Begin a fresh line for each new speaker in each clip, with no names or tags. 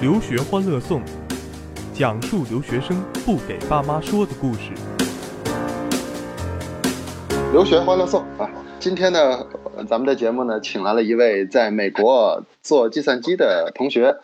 留学欢乐颂，讲述留学生不给爸妈说的故事。
留学欢乐颂啊！今天呢，呃咱们的节目呢，请来了一位在美国做计算机的同学，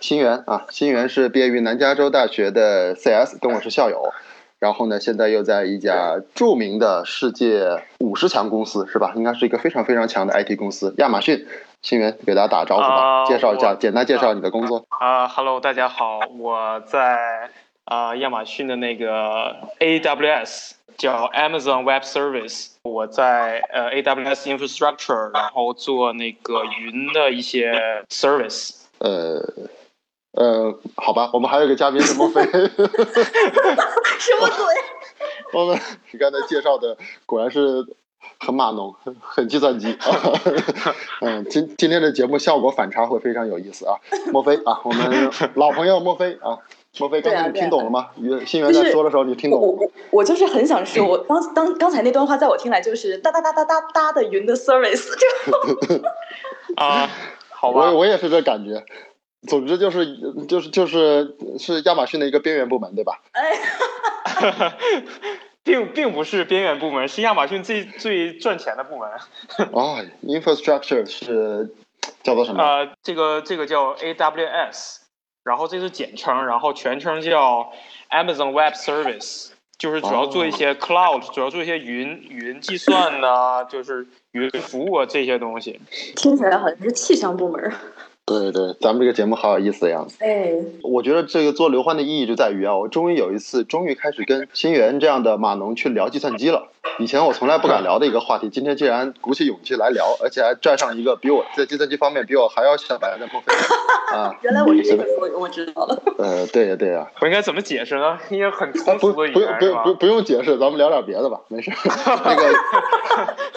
新源啊。新源是毕业于南加州大学的 CS，跟我是校友。然后呢，现在又在一家著名的世界五十强公司是吧？应该是一个非常非常强的 IT 公司，亚马逊。新源给大家打招呼吧，
啊
介绍一下，
我
简单介绍你的工作。
啊哈喽，大家好，我在啊、亚马逊的那个 AWS 叫 Amazon Web Service，我在呃 AWS Infrastructure，然后做那个云的一些 service。
呃呃，好吧，我们还有一个嘉宾是莫非。
什么鬼？
我们你刚才介绍的果然是很码农，很计算机。 嗯，今今天的节目效果反差会非常有意思啊！莫非啊，我们老朋友莫非啊，莫非刚才你
对啊
听懂了吗？原新源
就
在
是
说的时候你听
我
懂了吗？
我我就是很想说，我当当刚才那段话，在我听来就是哒哒哒哒哒哒的云的 service，就
啊、好吧
我，我也是这感觉。总之就是就是就是是亚马逊的一个边缘部门，对吧？
哎，
并并不是边缘部门，是亚马逊最最赚钱的部门。
哦，infrastructure 是叫做什么？
呃，这个这个叫 AWS，然后这是简称，然后全称叫 Amazon Web Service，就是主要做
哦
一些 cloud，、主要做一些云云计算呐、就是云服务啊这些东西。
听起来好像是气象部门。
对对对，咱们这个节目好有意思的样子。
哎，
我觉得这个做刘欢的意义就在于啊，我终于有一次，终于开始跟新源这样的码农去聊计算机了。以前我从来不敢聊的一个话题，今天竟然鼓起勇气来聊，而且还拽上一个比我在计算机方面比我还要小白的 莫非啊，
原来我是这个作用，我知道了。
呃，对呀、对 呀、
我应该怎么解释呢？因为很通
不
俗
啊不
的语
用
言
不
是
用
吧
不？不用解释，咱们聊点别的吧， 没事。那个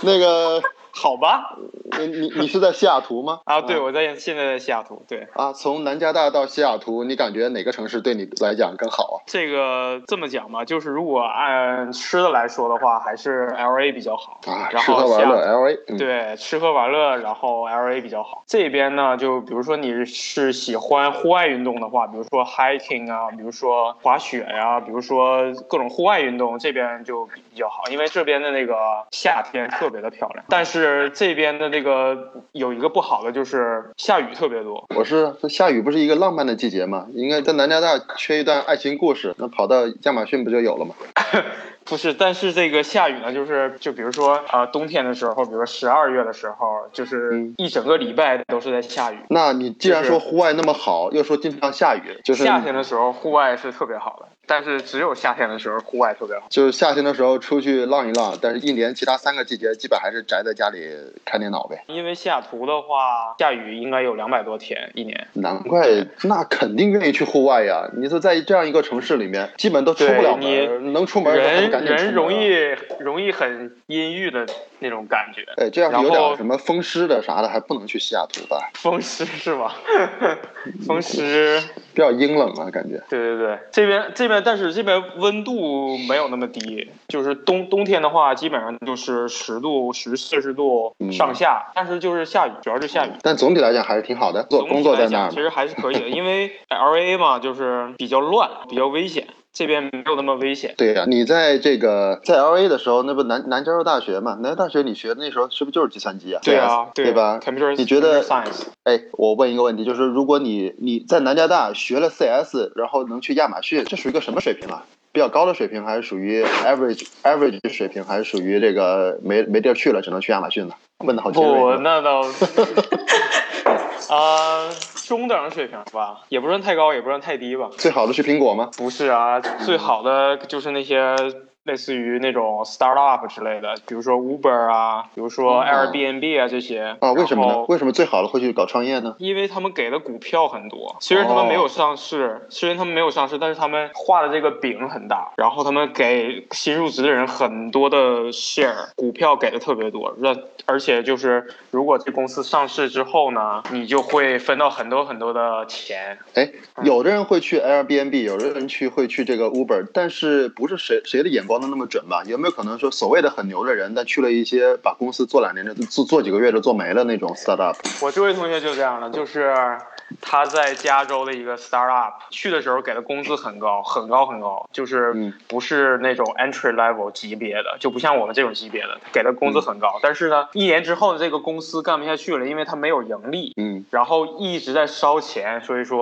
那个，
好吧，
你你你是在西雅图吗？
啊，对，我在现在在西雅图，对。
啊，从南加大到西雅图，你感觉哪个城市对你来讲更好啊？
这个这么讲吧，就是如果按吃的来说的话，还是 L A 比较好。
啊，
然
吃
后
喝玩
西雅
乐 L A，、嗯、
对，吃喝玩乐，然后 L A 比较好。这边呢，就比如说你是喜欢户外运动的话，比如说 hiking 啊，比如说滑雪呀、比如说各种户外运动，这边就比较好，因为这边的那个夏天特别的漂亮。但是这边的那个有一个不好的就是下雨特别多。
我是下雨不是一个浪漫的季节吗？应该在南加大缺一段爱情故事，那跑到亚马逊不就有了吗？
不是，但是这个下雨呢，就是就比如说啊、呃冬天的时候，比如说十二月的时候，就是一整个礼拜都是在下雨。
那你既然
就是
说户外那么好，又说经常下雨，就是
夏天的时候户外是特别好的，但是只有夏天的时候户外特别好。
就是夏天的时候出去浪一浪，但是一年其他三个季节基本还是宅在家里看电脑呗。
因为西雅图的话，下雨应该有两百多天一年。
难怪那肯定愿意去户外呀！你说在这样一个城市里面，基本都出不了
对
门，能出门还
人
不赶紧出门啊
人容易容易很阴郁的那种感觉，
哎，这要是有
然
点
后
什么风湿的啥的，还不能去西雅图吧？
风湿是 吧？风湿，
比较阴冷啊，感觉。
对对对，这边这边，但是这边温度没有那么低，就是冬冬天的话，基本上就是十度、十摄氏度
嗯
上下，但是就是下雨，主要是下雨。
但总体来讲还是挺好的，做
总体
工作在
来
那
讲
儿嘛
其。实还是可以的，因为 L A 嘛，就是比较乱，比较危险，这边没有那么危险。
对呀、你在这个在 L A 的时候，那不南南加州大学嘛？南加州大学你学的那时候是不是就是计算机啊？
啊，
对吧？
？Computer，
你觉得
computer science？
哎，我问一个问题，就是如果你你在南加大学了 C S，然后能去亚马逊，这属于一个什么水平啊？比较高的水平，还是属于 average average 水平，还是属于这个没没地儿去了，只能去亚马逊呢？问的好尖
不，
锐。
那倒 啊、中等水平吧，也不算太高，也不算太低吧。
最好的是苹果吗？
不是啊，最好的就是那些类似于那种 startup 之类的，比如说 Uber 啊，比如说
嗯
Airbnb 啊这些。
啊，为什么
然
呢
后？
为什么最好的会去搞创业呢？
因为他们给的股票很多，虽然他们没有上市，虽然他们没有上市，但是他们画的这个饼很大，然后他们给新入职的人很多的 share 股票给的特别多，那而且就是如果这公司上市之后呢，你就会分到很多很多的钱，
哎，有的人会去 Airbnb，有的人去会去这个 Uber，但是不是谁谁的眼光都那么准吧？有没有可能说所谓的很牛的人，但去了一些把公司做两年的做做几个月就做没了那种 startup？
我这位同学就这样了，就是他在加州的一个 startup，去的时候给的工资很高，很高很高，就是
嗯
不是那种 entry level 级别的，就不像我们这种级别的，给的工资
嗯
很高。但是呢，一年之后呢，这个公司干不下去了，因为它没有盈利，
嗯
然后一直在烧钱，所以说。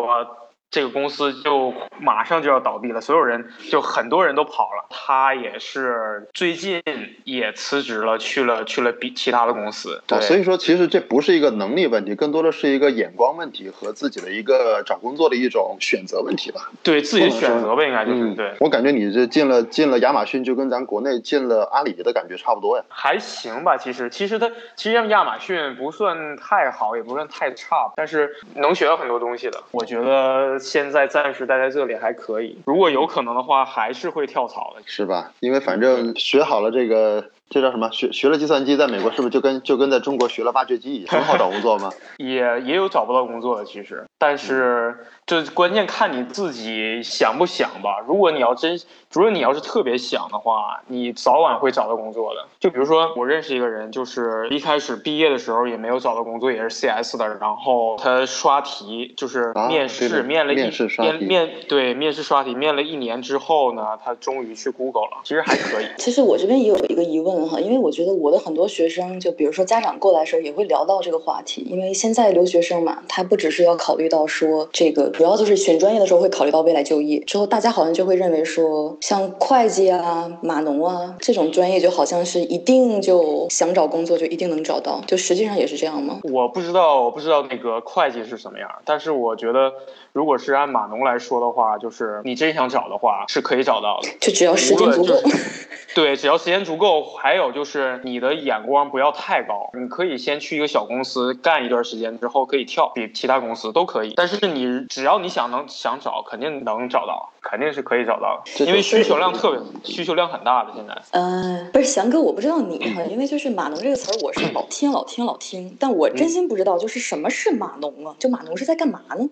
这个公司就马上就要倒闭了，所有人就很多人都跑了，他也是最近也辞职了，去了去了比其他的公司。对，
啊，所以说其实这不是一个能力问题，更多的是一个眼光问题和自己的一个找工作的一种选择问题吧。
对自己的选择吧，应该就是、
嗯，
对，
我感觉你这进了进了亚马逊，就跟咱国内进了阿里的感觉差不多呀。
还行吧。其实，其实它其实亚马逊不算太好，也不算太差，但是能学到很多东西的。我觉得现在暂时待在这里还可以，如果有可能的话，还是会跳槽的。
是吧？因为反正学好了这个，这叫什么？学学了计算机，在美国是不是就跟就跟在中国学了挖掘机一样，很好找工作吗？
也也有找不到工作的，其实，但
嗯
是这关键看你自己想不想吧。如果你要真，如果你要是特别想的话，你早晚会找到工作的。就比如说，我认识一个人，就是一开始毕业的时候也没有找到工作，也是 CS 的，然后他刷题，就是
啊
面
对
试，
对
面了一
面试刷
面
题
面对面试刷题，面了一年之后呢，他终于去 Google 了，其实还可以。
其实我这边也有一个疑问哈，因为我觉得我的很多学生，就比如说家长过来的时候也会聊到这个话题，因为现在留学生嘛，他不只是要考虑到说这个，主要就是选专业的时候会考虑到未来就业，之后大家好像就会认为说，像会计啊、码农啊这种专业，就好像是一定就想找工作就一定能找到，就实际上也是这样吗？
我不知道，我不知道那个会计是什么样，但是我觉得，如果是按码农来说的话，就是你真想找的话，是可以找到的。
就只要时
无
间
论
足够
就。是对，只要时间足够，还有就是你的眼光不要太高，你可以先去一个小公司干一段时间，之后可以跳，比其他公司都可以。但是你只要你想能想找，肯定能找到，肯定是可以找到
这
的，因为
就是
需求量特别，需求量很大的现在。
呃，不是翔哥，我不知道你哈，因为就是码农这个词儿，我是老听老听老听，但我真心不知道就是什么是码农啊，就码农是在干嘛呢？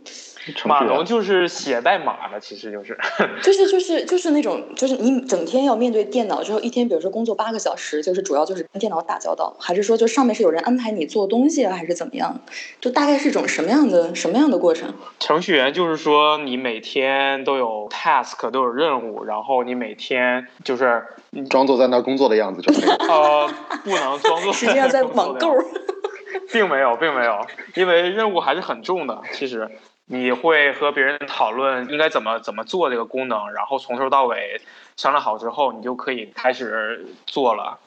程
码
序
农
员
就是写代码的，其实就是。
就是就是就是那种，就是你整天要面对电脑之后，一天比如说工作八个小时，就是主要就是跟电脑打交道，还是说就上面是有人安排你做东西啊，还是怎么样？就大概是一种什么样的什么样的 过程？
程序员就是说，你每天都有 task，都有任务，然后你每天就是
装作在那儿工作的样子，就是那个
呃，不能装 作
实际上在网购，
并没有，并没有，因为任务还是很重的。其实你会和别人讨论应该怎么怎么做这个功能，然后从头到尾商量好之后，你就可以开始做了。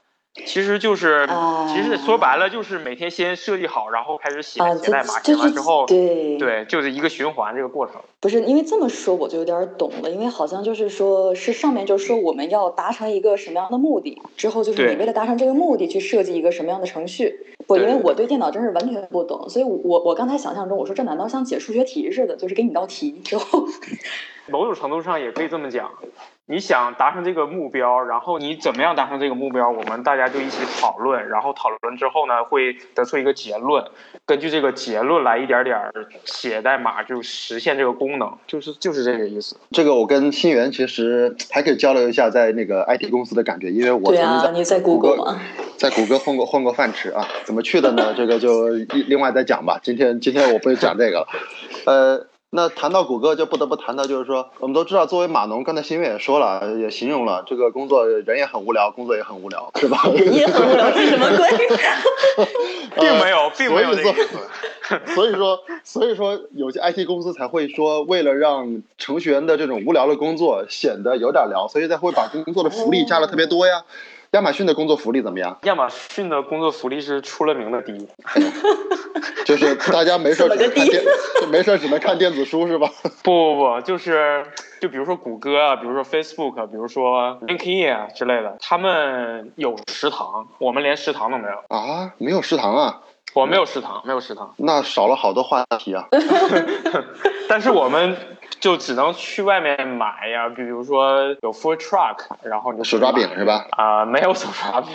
其实就是，
啊
其实说白了就是每天先设计好，然后开始写
啊，
写代码，写
就就是
完之后，
对
对，就是一个循环这个过程。
不是因为这么说我就有点儿懂了，因为好像就是说是上面就说我们要达成一个什么样的目的，之后就是
对
你为了达成这个目的去设计一个什么样的程序。不，因
对
为我对电脑真是完全不懂，所以我我刚才想象中我说这难道像解数学题似的，就是给你一道题之后，
某种程度上也可以这么讲，你想达成这个目标，然后你怎么样达成这个目标，我们大家就一起讨论，然后讨论之后呢，会得出一个结论，根据这个结论来一点点儿写代码，就实现这个功能，就是就是这个意思。
这个我跟新源其实还可以交流一下在那个 IT 公司的感觉，因为 我曾
对
经
啊，
在
你在
谷
Google
歌
吗？
在谷歌混过混过饭吃啊，怎么去的呢？这个就一另外再讲吧。今天今天我不讲这个了，呃。那谈到谷歌，就不得不谈到，就是说，我们都知道，作为码农，刚才新月也说了，也形容了这个工作，人也很无聊，工作也很无聊，是吧？
人也很无聊，这什么关系？
并没有，并没有这个意
呃所以 所
思。
以说，所以说有些 IT 公司才会说，为了让程序员的这种无聊的工作显得有点聊，所以才会把工作的福利加的特别多呀。亚马逊的工作福利怎么样？
亚马逊的工作福利是出了名的低，
就是大家没事儿只能看电， 没事儿只能看电子书是吧？
不不不，就是就比如说谷歌啊，比如说 Facebook，啊比如说 LinkedIn 啊之类的，他们有食堂，我们连食堂都没有。
啊，没有食堂啊，
我没有食堂，没有食堂，
那少了好多话题啊。
但是我们就只能去外面买呀，比如说有 food truck，然后你就
手抓饼是吧？
啊、 没有手抓饼，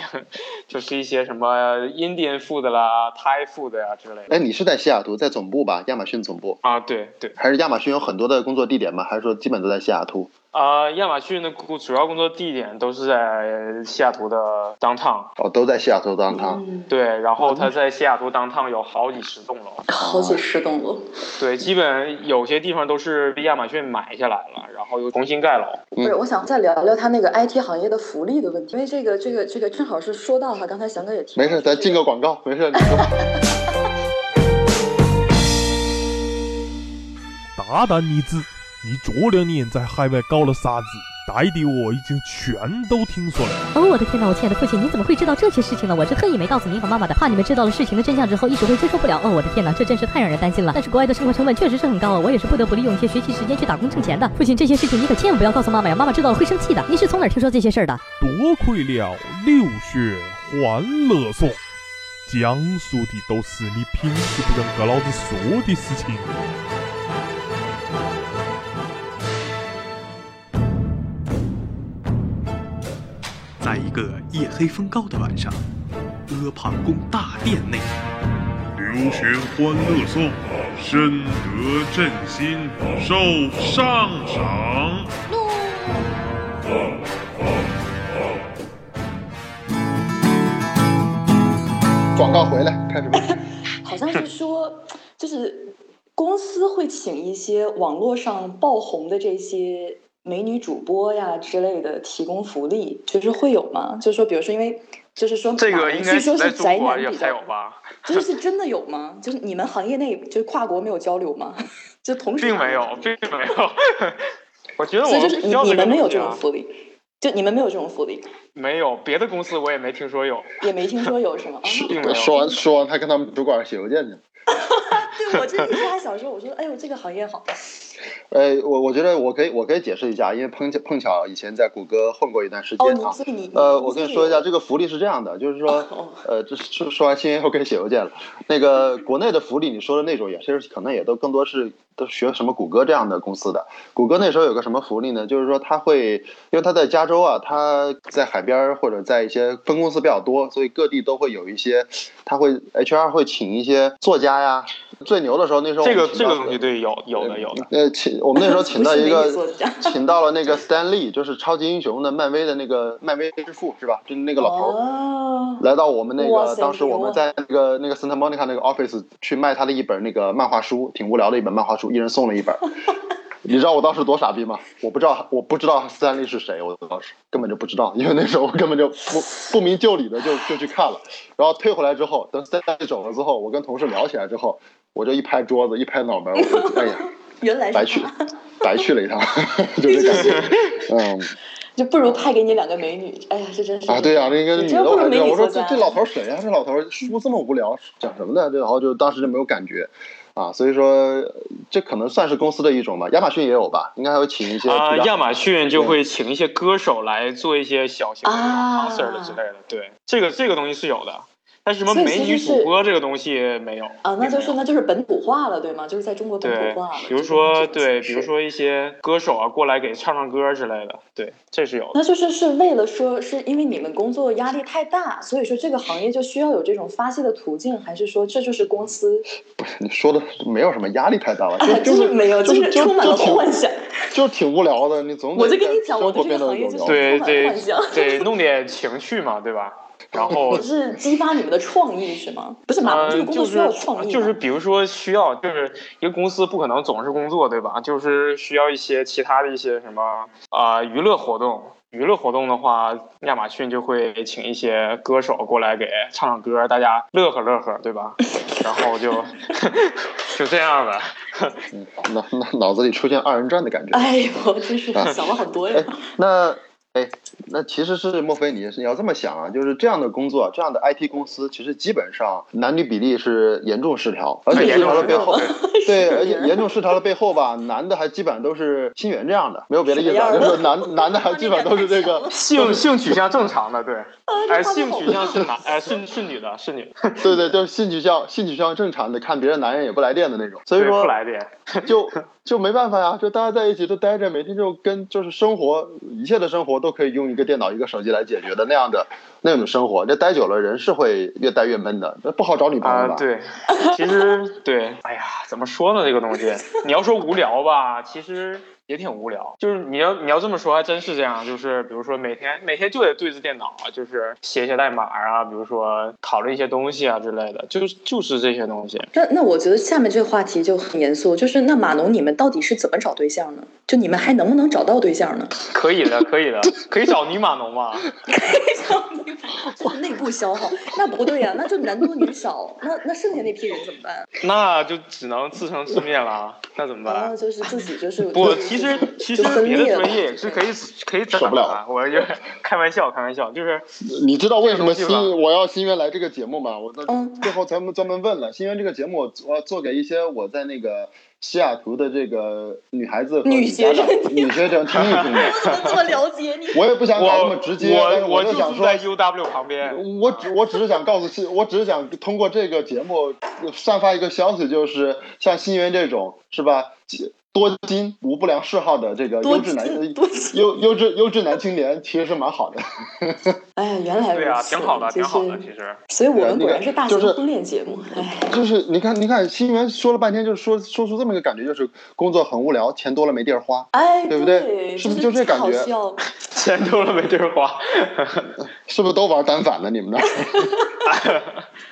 就是一些什么 Indian food 啦、Thai food 呀之类的
哎，你是在西雅图，在总部吧？亚马逊总部。
啊，对对
还是亚马逊有很多的工作地点吗？还是说基本都在西雅图？
啊，亚马逊的工主要工作地点都是在西雅图的 downtown，
哦，都在西雅图当堂。
嗯，
对，然后它在西雅图 downtown 有好几十栋楼，
好几十栋
嗯
楼，
对，基本有些地方都是被亚马逊买下来了，然后又重新盖楼。
嗯
不是，我想再聊聊他那个 IT 行业的福利的问题，因为这个这个这个正好是说到哈，刚才翔哥也提到，
没事，咱进个广告，没事，你说。
大胆你子，你这两年在海外搞了啥子？逮的我已经全都听说了。
哦，我的天哪！我亲爱的父亲，你怎么会知道这些事情呢？我是特意没告诉您和妈妈的，怕你们知道了事情的真相之后一时会接受不了。哦，我的天哪，这真是太让人担心了。但是国外的生活成本确实是很高啊，我也是不得不利用一些学习时间去打工挣钱的。父亲，这些事情你可千万不要告诉妈妈呀，妈妈知道了会生气的。你是从哪儿听说这些事儿的？
多亏了六学欢乐颂，讲述的都是你平时不敢和老子说的事情。
在一个夜黑风高的晚上，阿房宫大殿内，
刘玄欢乐颂，深得朕心，受上赏。
广告回来，开 始吧。
好像是说，就是公司会请一些网络上爆红的这些美女主播呀之类的提供福利，就是会有吗？就是说，比如说，因为就是说，
这个应该
啊据说
在
是
中
宅
国
男
也
比
才有
较，
吧？
就是是真的有吗？就是你们行业内就是跨国没有交流吗？ 就同时
并没有，，并没有。我觉得我
所以就
们
是
不
你
叫
你
这个
们没有
东西
这
啊
种福利，就你们没有这种福利，
没有，别的公司我也没听说有，
也没听说有 是吗？啊那
并没有。
说完说完，还跟他们主管写邮件去。
对，我这一直还想说，我说哎呦，这个行业好，
呃，我我觉得我可以我可以解释一下，因为碰巧碰巧以前在谷歌混过一段时间
哦，你
啊。
所以你
呃，我跟你说一下，，
公司
这个福利是这样的，就是
哦
说
哦，
呃，这说说完新闻以后可以写邮件了。那个 国内的福利，你说的那种也其实可能也都更多是都学什么谷歌这样的公司的。谷歌那时候有个什么福利呢？就是说它会，因为它在加州啊，它在海边儿或者在一些分公司比较多，所以各地都会有一些，它会 HR 会请一些作家呀。最牛的时候，那时候
这
我
个
们
这
请到
个东西对有有的有的。
呃，请我们那时候请到一
不是美女作
个
家，
请到了那个 Stan Lee，就是超级英雄的漫威的那个漫威之父是吧？就是那个老头儿。
哦，
来到我们那
哇
个，
塞
当时我
牛啊
们在那个那个 Santa Monica 那个 office 去卖他的一本那个漫画书，挺无聊的一本漫画书，一人送了一本 儿。你知道我当时多傻逼吗？我不知道，我不知道斯坦利是谁，我当时根本就不知道，因为那时候我根本就不不明就里的就就去看了。然后退回来之后，等斯坦利走了之后，我跟同事聊起来之后，我就一拍桌子，一拍脑门，我就哎呀，
原来
白
是
去
他，
白去了一趟， 就这 感觉。嗯
就不如派给你两个美女，哎呀，这真是
啊，对呀、那个女的，
真不
我
如
感
美
觉
女
我
作
说
家
这这老头儿谁呀、这老头儿书这么无聊，讲什么呢？这然后就当时就没有感觉啊，所以说呃这可能算是公司的一种吧。亚马逊也有吧，应该还有请一些
啊、
比较
亚马逊就会请一些歌手来做一些小型的
啊
concert 之类的，对，这个这个东西是有的，但是什么
所以
美
其
女
实是
主播这个东西没有
啊，那就
并没
是
有
那就是本土化了，对吗？就是在中国本土化了，
对，比如
就是
说
这种
对，
形
比如
式。
说一些歌手啊过来给唱唱歌之类的，对，这是有的。
那就是是为了说，是因为你们工作压力太大，所以说这个行业就需要有这种发泄的途径，还是说这就是公司
你说的没有什么压力太大吧，
啊，
就
就是没有，
就是就
充满了
就挺
幻想。
就挺无聊的。你总得
我就跟你讲
生
我对
活
这
变
个
得
行业
有
就是
聊。
对
充满了
对
幻想
对，弄点情趣嘛，对吧？然后
也是激发 你们的创意是吗？不是马
呃
龙这个工
就
作
是
需要创意吗，
就是比如说需要，就是一个公司不可能总是工作，对吧？就是需要一些其他的一些什么啊、娱乐活动。娱乐活动的话，亚马逊就会请一些歌手过来给唱唱歌，大家乐呵乐呵，对吧？然后 就 就这样吧。
脑脑脑子里出现二人转的感觉。
哎呦，真是想了好多呀！
那哎，那其实是莫非你是你要这么想啊？就是这样的工作，这样的 IT 公司，其实基本上男女比例是严重失调，而且
严
失调的
重失
背
调
后，对，而且
是
严重失调的背后吧，男的还基本上都是新源这样的，没有别的意思啊，
什么样
就
的
是男男的还基本上都是 这个，
性性取向正常的，对，哎、
啊这话
性
题好
取向是男，哎、是是女的，是女的，
对对，就是性取向性取向正常的，看别的男人也不来电的那种，所以
对，
说
不来电。
就就没办法呀，就大家在一起都待着，每天就跟就是生活一切的生活都可以用一个电脑一个手机来解决的那样的，那种生活，这待久了人是会越待越闷的，这不好找女朋
啊、
友吧？
对，其实对，哎呀，怎么说呢？这个东西，你要说无聊吧，其实也挺无聊。就是你要你要这么说，还真是这样。就是比如说每天每天就得对着电脑啊，就是写写代码啊，比如说讨论一些东西啊之类的，就是就是这些东西。
那那我觉得下面这个话题就很严肃，就是那码农你们到底是怎么找对象呢？就你们还能不能找到对象 呢？
可以的，可以的，可以找尼玛农嘛？
就是内部消耗， 那不对呀、那就男多女少，那那剩下那批人怎么办？啊
那就只能自生自灭了。那怎么
然后
办？
就是自己就是
不，
就是
其实其实
啊就分
别
裂
的
了
专业也是可以可以找
受不了
的。啊我就 开玩笑，开玩笑，就是
你知道为什么
这
新
个东西吧
我要新源来这个节目吗？我在
嗯
最后咱们专门问了新源这个节目，我我要做给一些我在那个西雅图的这个女孩子和
女
家长
学生听
女学生听一听的。
我怎么这么了解你？
我也不想搞那么
我
直接，但是
我
就
就
想
住
说，哎
在 UW 旁边。
我只我只是想告诉新，我只是想通过这个节目散发一个消息，就是像新源这种是吧，多金无不良嗜好的这个优质男
金多金
优优质优质男青年，其实是蛮好的。
哎呀，原来如此，
对啊，挺好的，
就
挺
是
好的，其实。
所以我们果然是大型
就是
婚恋节目，哎，
就是你看，你看新源说了半天，就是说说出这么一个感觉，就是工作很无聊，钱多了没地儿花，
哎，
对不对
对？
是不是就这感觉
好笑？
钱丢了没地儿花，
是不是都玩单反呢？你 们那儿？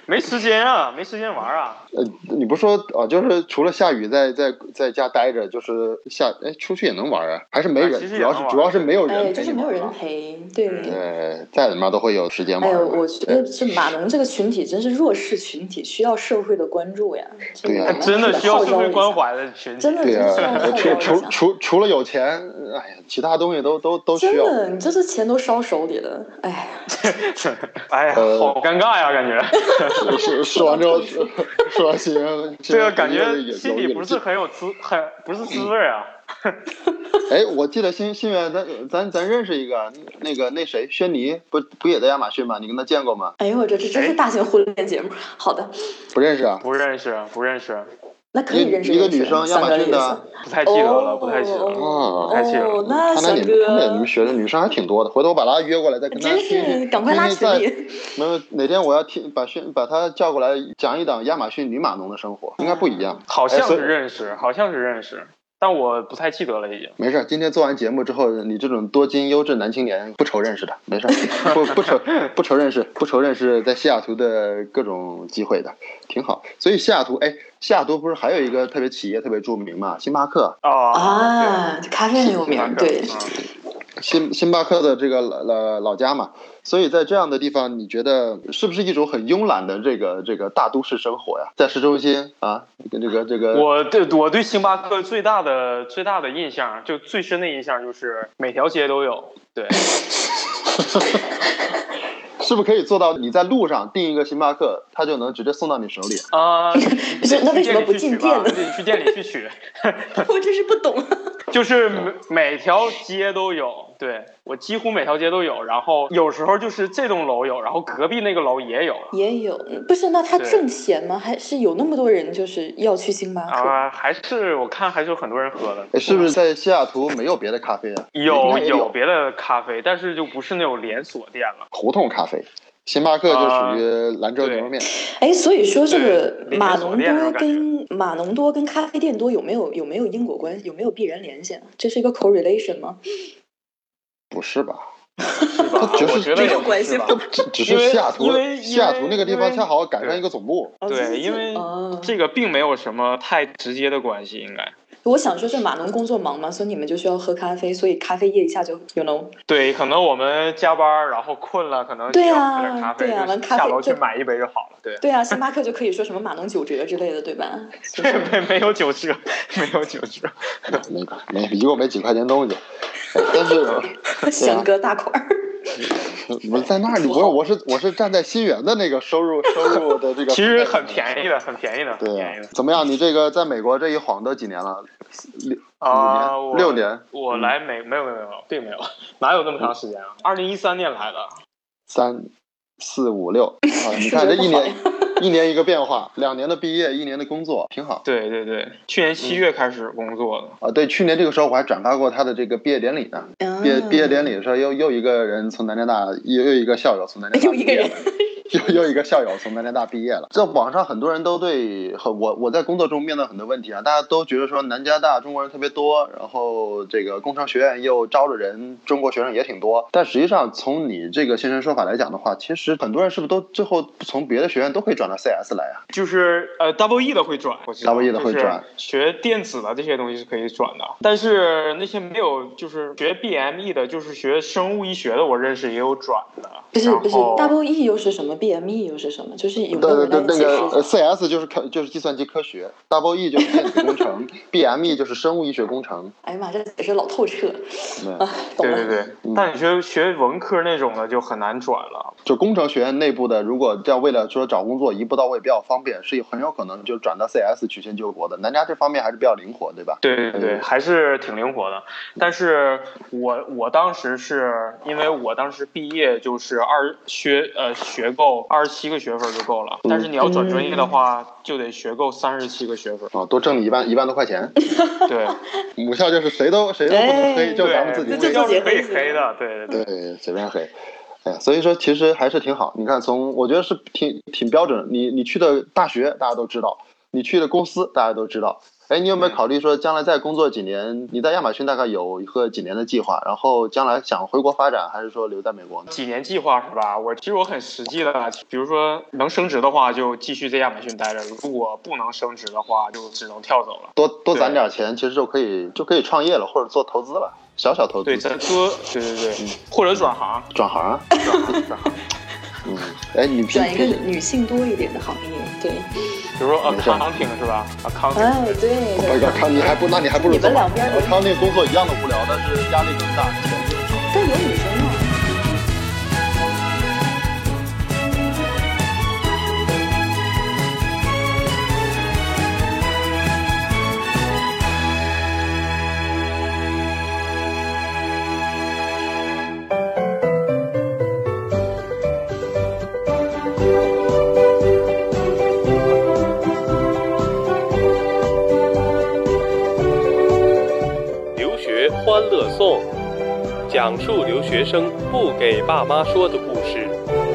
没时间啊，没时间玩啊。
呃，你不是说啊、呃就是除了下雨在在在家待着，就是下哎出去也能玩啊，还是没
哎
人，
其实
主
也
要
能
是
玩
主要是没有人
哎，
陪
就是
你
没有
玩
人
啊
陪，对。
呃，再怎么样都会有时间玩
哎
儿
呦，
嘛。
我觉得这码农这个群体真是弱势群体，需要社会的关注呀！这
对呀
我们
真的需要社会关
号召一
怀的群
下，
体。
真的
对
真
啊
需要号，
除
召
除
一下。
除除了有钱，哎呀，其他东西都都都需
真
要。
的，你这是钱都烧手里了，哎，
哎呀，
呃
好尴尬呀，感觉
说说完之后， 说说完新人，新
这个
人
啊感
有
觉心里不是。很有滋，很不是滋味啊。
有哎，我记得新新源，咱咱咱认识一个，啊那个那谁，轩尼不不也在亚马逊吗？你跟他见过吗？
哎呦，我这这真是大型婚恋节目。好的，
不认识啊。
不认识，不认识，
那可以
一
认识
一个
认识
女生亚
三
马
个
逊
意
的
思
不太记得了，不太记得
啊
了。
哦
不
太记得了
哦，那
看来
翔
你们看来你
哥
们，学的女生还挺多的，回头把她约过来再跟她
真
听
是
听
赶快拉群
听听在
里。
没有，哪天我要听把训把她叫过来讲一讲亚马逊女码农的生活，应该不一
啊
样。
好
哎
像
所
是
以
认识，好像是认识，但我不太记得了，已经。
没事儿，今天做完节目之后，你这种多金优质男青年不愁认识的，没事儿，不不愁不愁认识，不愁认识在西雅图的各种机会的，挺好。所以西雅图，哎，西雅图不是还有一个特别企业特别著名嘛，星巴克，
哦，
啊，咖啡很有
对
名，对，
星星巴克的这个老老老家嘛。所以在这样的地方，你觉得是不是一种很慵懒的这个这个大都市生活呀？在市中心啊，跟这个这个
我对我对星巴克最大的最大的印象，就最深的印象就是每条街都有。 对，
是不是可以做到你在路上订一个星巴克，它就能直接送到你手里？
啊、
不是那为什么不
去取
进
吧
店呢？
自己去店里去取，
我真是不懂。
就是每每条街都有。对我几乎每条街都有，然后有时候就是这栋楼有，然后隔壁那个楼也有。
也有，嗯不是那他
对
挣钱吗？还是有那么多人就是要去星巴克？
啊，还是我看还是有很多人喝的，
哎，是不是在西雅图没有别的咖啡啊？应
有
该也有
有别的咖啡，但是就不是那种连锁店了。
胡同咖啡，星巴克就属于兰州
啊
牛肉面。
哎，所以说这个
对
码
连锁
农
店那
多
种感
跟码农多跟咖啡店多有没有有没有因果关系？有没有必然联系啊？这是一个 correlation 吗？
不是吧？
是吧
就是
我觉得
没有
也不
关
是
系
吧
这不只只
因
是
为
西雅图
因为，
西雅图那个地
因
方
为
恰好赶上一个总部。
哦这
对，
是
因为
哦
这个并没有什么太直接的关系，应该
我想说，这码农工作忙嘛，所以你们就需要喝咖啡，所以咖啡业一下就 you know
对，可能我们加班儿，然后困了，可能
对
需
啊
要喝点咖啡，
对啊
就
完
是
咖啡
下楼去
就
买一杯就好了。对，
对啊，星巴克就可以说什么码农九折之类的，对吧？
对，没没有九折， 没有九折。
没没一共没几块钱东西，哎但是啊
翔哥大款儿，
我在那里，我我是我是站在新源的那个收入收入的这个，
其实很便 宜的，哎很便宜的，很
对啊
便宜的。
怎么样？你这个在美国这一晃都几年了？六
啊，
五
我
年六年，嗯
我来
嗯
美没有没有没有，并没有，哪有那么长时间啊？二零一三年来的，
三四五六，啊，你看这一年一年一个变化，两年的毕业，一年的工作，挺好。
对对对，去年七月开始工作的，
啊，对，去年这个时候我还转发过他的这个毕业典礼呢。
啊
毕业毕业典礼的时候，又又一个人从南加大，又又一个校友从南加大
又
毕
一个
业
人
了，又又一个校友从南加大毕业了。这网上很多人都对很我我在工作中面对很多问题啊，大家都觉得说南加大中国人特别多，然后这个工商学院又招着人，中国学生也挺多。但实际上，从你这个现身说法来讲的话，其实很多人是不是都最后从别的学院都可以转到 CS 来啊？
就是呃 Double E 的会转我知道
Double E 的会转，
就是学电子的这些东西是可以转的，但是那些没有就是学 BME 的，就是学生物医学的，我认识也有转的。
不是不是
然后
，Double E 又是什么？BME 又是什么？就是有没有
对
人
对
来
对，
解
那个呃
释？
CS 就是科就是计算机科学，Double E 就是电子工程，BME 就是生物医学工程。嗯
哎呀妈，这解释老透彻
对
啊，懂
对
了。
对对，
嗯
但你学学文科那种的就很难转了。
就工程学院内部的，如果要为了说找工作一步到位比较方便，是很有可能就转到 CS 曲线救国的。南加这方面还是比较灵活，对吧？
对对对，
嗯
还是挺灵活的。但是我我当时是因为我当时毕业就是二学呃学够二十七个学分就够了，但是你要转专业的话，就得学够三十七个学分。
啊、多挣你一万一万多块钱，
对，
母校就是谁都谁都不能黑，
哎
就咱们自己黑
对，这
就自
叫
己
是可以
黑
黑的，对对对。
对，随便黑。哎呀，所以说其实还是挺好。你看从，我觉得是挺挺标准。你你去的大学大家都知道，你去的公司大家都知道。哎，你有没有考虑说将来再工作几年？你在亚马逊大概有一个几年的计划，然后将来想回国发展，还是说留在美国呢？
几年计划是吧？我其实我很实际的，比如说能升职的话，就继续在亚马逊待着；如果不能升职的话，就只能跳走了。
多多攒点钱，其实就可以就可以创业了，或者做投资了，小小投资，
对，咱说，对对对，或者转行，
转行啊。嗯，哎，你平
转一个女性多一点的行业，对，
比如说呃
没事
accounting 是吧？accounting 啊
哎，对
我
对，
靠，看你还不那你还不如
你们两边
我看那工作一样的无聊，但是压力更大。
但有女生吗？
留学欢乐颂，讲述留学生不给爸妈说的故事。